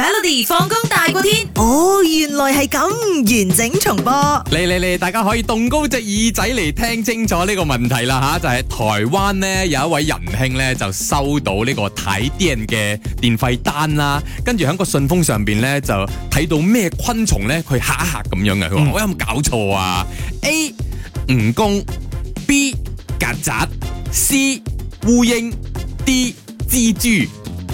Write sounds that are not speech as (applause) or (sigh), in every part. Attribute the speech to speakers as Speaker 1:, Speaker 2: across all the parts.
Speaker 1: Melody 放工大過天，
Speaker 2: 哦，原來係咁，完整重播。
Speaker 3: 嚟嚟嚟，大家可以戙高隻耳仔嚟聽清楚呢個問題啦吓、就係、台灣呢，有一位仁兄呢，就收到呢個台電嘅電費單啦，跟住喺個信封上邊呢，就睇到咩昆蟲呢？佢嚇一嚇咁樣嘅，佢話、我有冇搞錯啊？A 蜈蚣，B 曱甴，C 烏蠅，D 蜘蛛。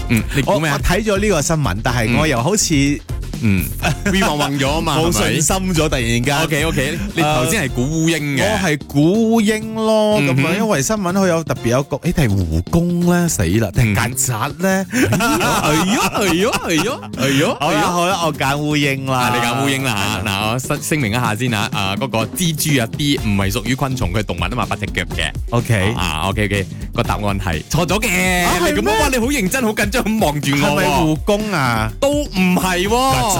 Speaker 3: 嗯，你
Speaker 4: 我
Speaker 3: 估
Speaker 4: 我
Speaker 3: 咩啊？
Speaker 4: 睇咗呢個新聞，但係我又好似
Speaker 3: 嗯，V 混混咗啊嘛，
Speaker 4: 冇信心咗，突然間。
Speaker 3: O K O K，你頭啊先係估烏蠅嘅。
Speaker 4: 我係估烏蠅咯，咁
Speaker 3: 嗯
Speaker 4: 樣，
Speaker 3: 哼
Speaker 4: 因為新聞佢有特別有個，誒定係蜈蚣咧，死啦，
Speaker 3: 嗯
Speaker 4: 定係曱甴
Speaker 3: (laughs)
Speaker 4: 咧？
Speaker 3: 哎呀，哎呀，哎呀，哎呀，
Speaker 4: 好
Speaker 3: 哎
Speaker 4: 啦
Speaker 3: 呀！
Speaker 4: 好啦，我揀烏蠅啦，
Speaker 3: 啊，你揀烏蠅啦嚇，嗱我聲聲明一下先嚇，啊嗰個蜘蛛啊 D 唔係屬於昆蟲，佢係動物啊嘛，八隻腳嘅。
Speaker 4: ，OK，
Speaker 3: 啊，OK OK，個答案係錯咗嘅。
Speaker 4: 啊係
Speaker 3: 你咁樣
Speaker 4: 咩
Speaker 3: 哇，你好認真，好緊張咁望住
Speaker 4: 係咪
Speaker 3: 我喎，
Speaker 4: 蜈蚣啊？
Speaker 3: 都唔係
Speaker 4: 曱
Speaker 3: 喎。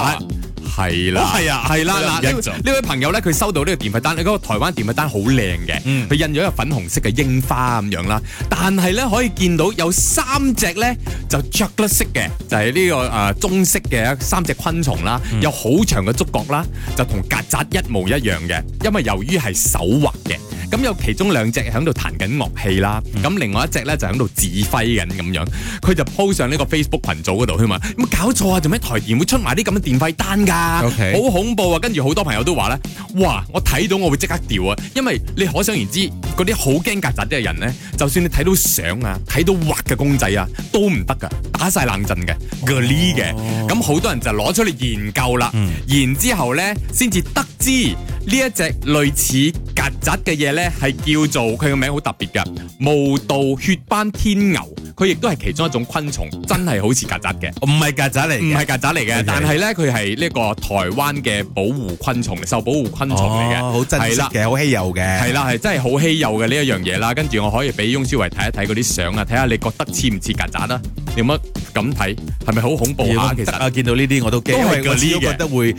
Speaker 3: 係啦，
Speaker 4: 哦係啊
Speaker 3: 係啦嗱，
Speaker 4: 一
Speaker 3: 呢位
Speaker 4: 種
Speaker 3: 呢位朋友咧，佢收到呢個電費單，嗰個台灣電費單好靚嘅，
Speaker 4: 嗯
Speaker 3: 佢印咗一個粉紅色嘅櫻花咁樣啦，但係咧可以見到有三隻咧就 chocolate 色嘅，就係呢個誒棕色嘅三隻昆蟲啦，有好長嘅觸角啦，就同曱甴一模一樣嘅，因為由於係手畫嘅。咁有其中兩隻喺度彈緊樂器啦，咁、另外一隻咧就喺度指揮緊咁樣，佢就 po 上呢個 Facebook 群組嗰度，佢話：有冇搞錯啊？做咩台電會出埋啲咁嘅電費單㗎？
Speaker 4: OK
Speaker 3: 好恐怖啊！跟住好多朋友都話咧，哇！我睇到我會即刻掉啊，因為你可想而知，嗰啲好驚曱甴嘅人咧，就算你睇到相啊，睇到畫嘅公仔啊，都唔得噶，打晒冷震嘅 g l 嘅。咁好多人就攞出嚟研究啦，然之後咧先至得知呢一隻類似曱甴嘅嘢咧，係叫做佢個名好特別㗎，無道血斑天牛，佢亦都係其中一種昆蟲，真係好似曱甴嘅。
Speaker 4: 唔係曱甴嚟
Speaker 3: 唔係
Speaker 4: 嘅，
Speaker 3: 曱甴嚟嘅
Speaker 4: OK，
Speaker 3: 但係咧佢係呢個台灣嘅保護昆蟲，受保護昆蟲嚟嘅，
Speaker 4: 哦好珍惜
Speaker 3: 係啦。
Speaker 4: 嘅，好稀有嘅，
Speaker 3: 係啦，係真係好稀有嘅呢一樣嘢啦。跟住我可以俾翁舒維睇一睇嗰啲相啊，睇下你覺得似唔似曱甴啦？你有乜咁睇？係咪好恐怖啊？其
Speaker 4: 其實
Speaker 3: 實
Speaker 4: 啊，見到呢啲我都
Speaker 3: 都
Speaker 4: 驚，
Speaker 3: 係
Speaker 4: 因為我
Speaker 3: Glee
Speaker 4: 始終
Speaker 3: 嘅
Speaker 4: 覺得會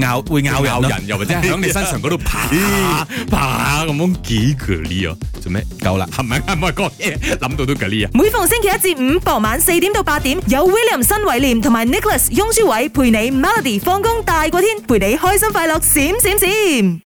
Speaker 4: 咬會咬人
Speaker 3: 咬
Speaker 4: 咯
Speaker 3: 人又或者喺你身上嗰度 (laughs) 爬爬咁樣幾嗰啲啊？做咩？
Speaker 4: 夠啦。
Speaker 3: 係咪 (laughs) 係咪嗰嘢諗到都嗰啲啊？
Speaker 1: 每逢星期一至五傍晚四點到八點，有 William 新偉廉同埋 Nicholas 雍舒偉陪你 Melody 放工大過天，陪你開心快樂閃閃閃。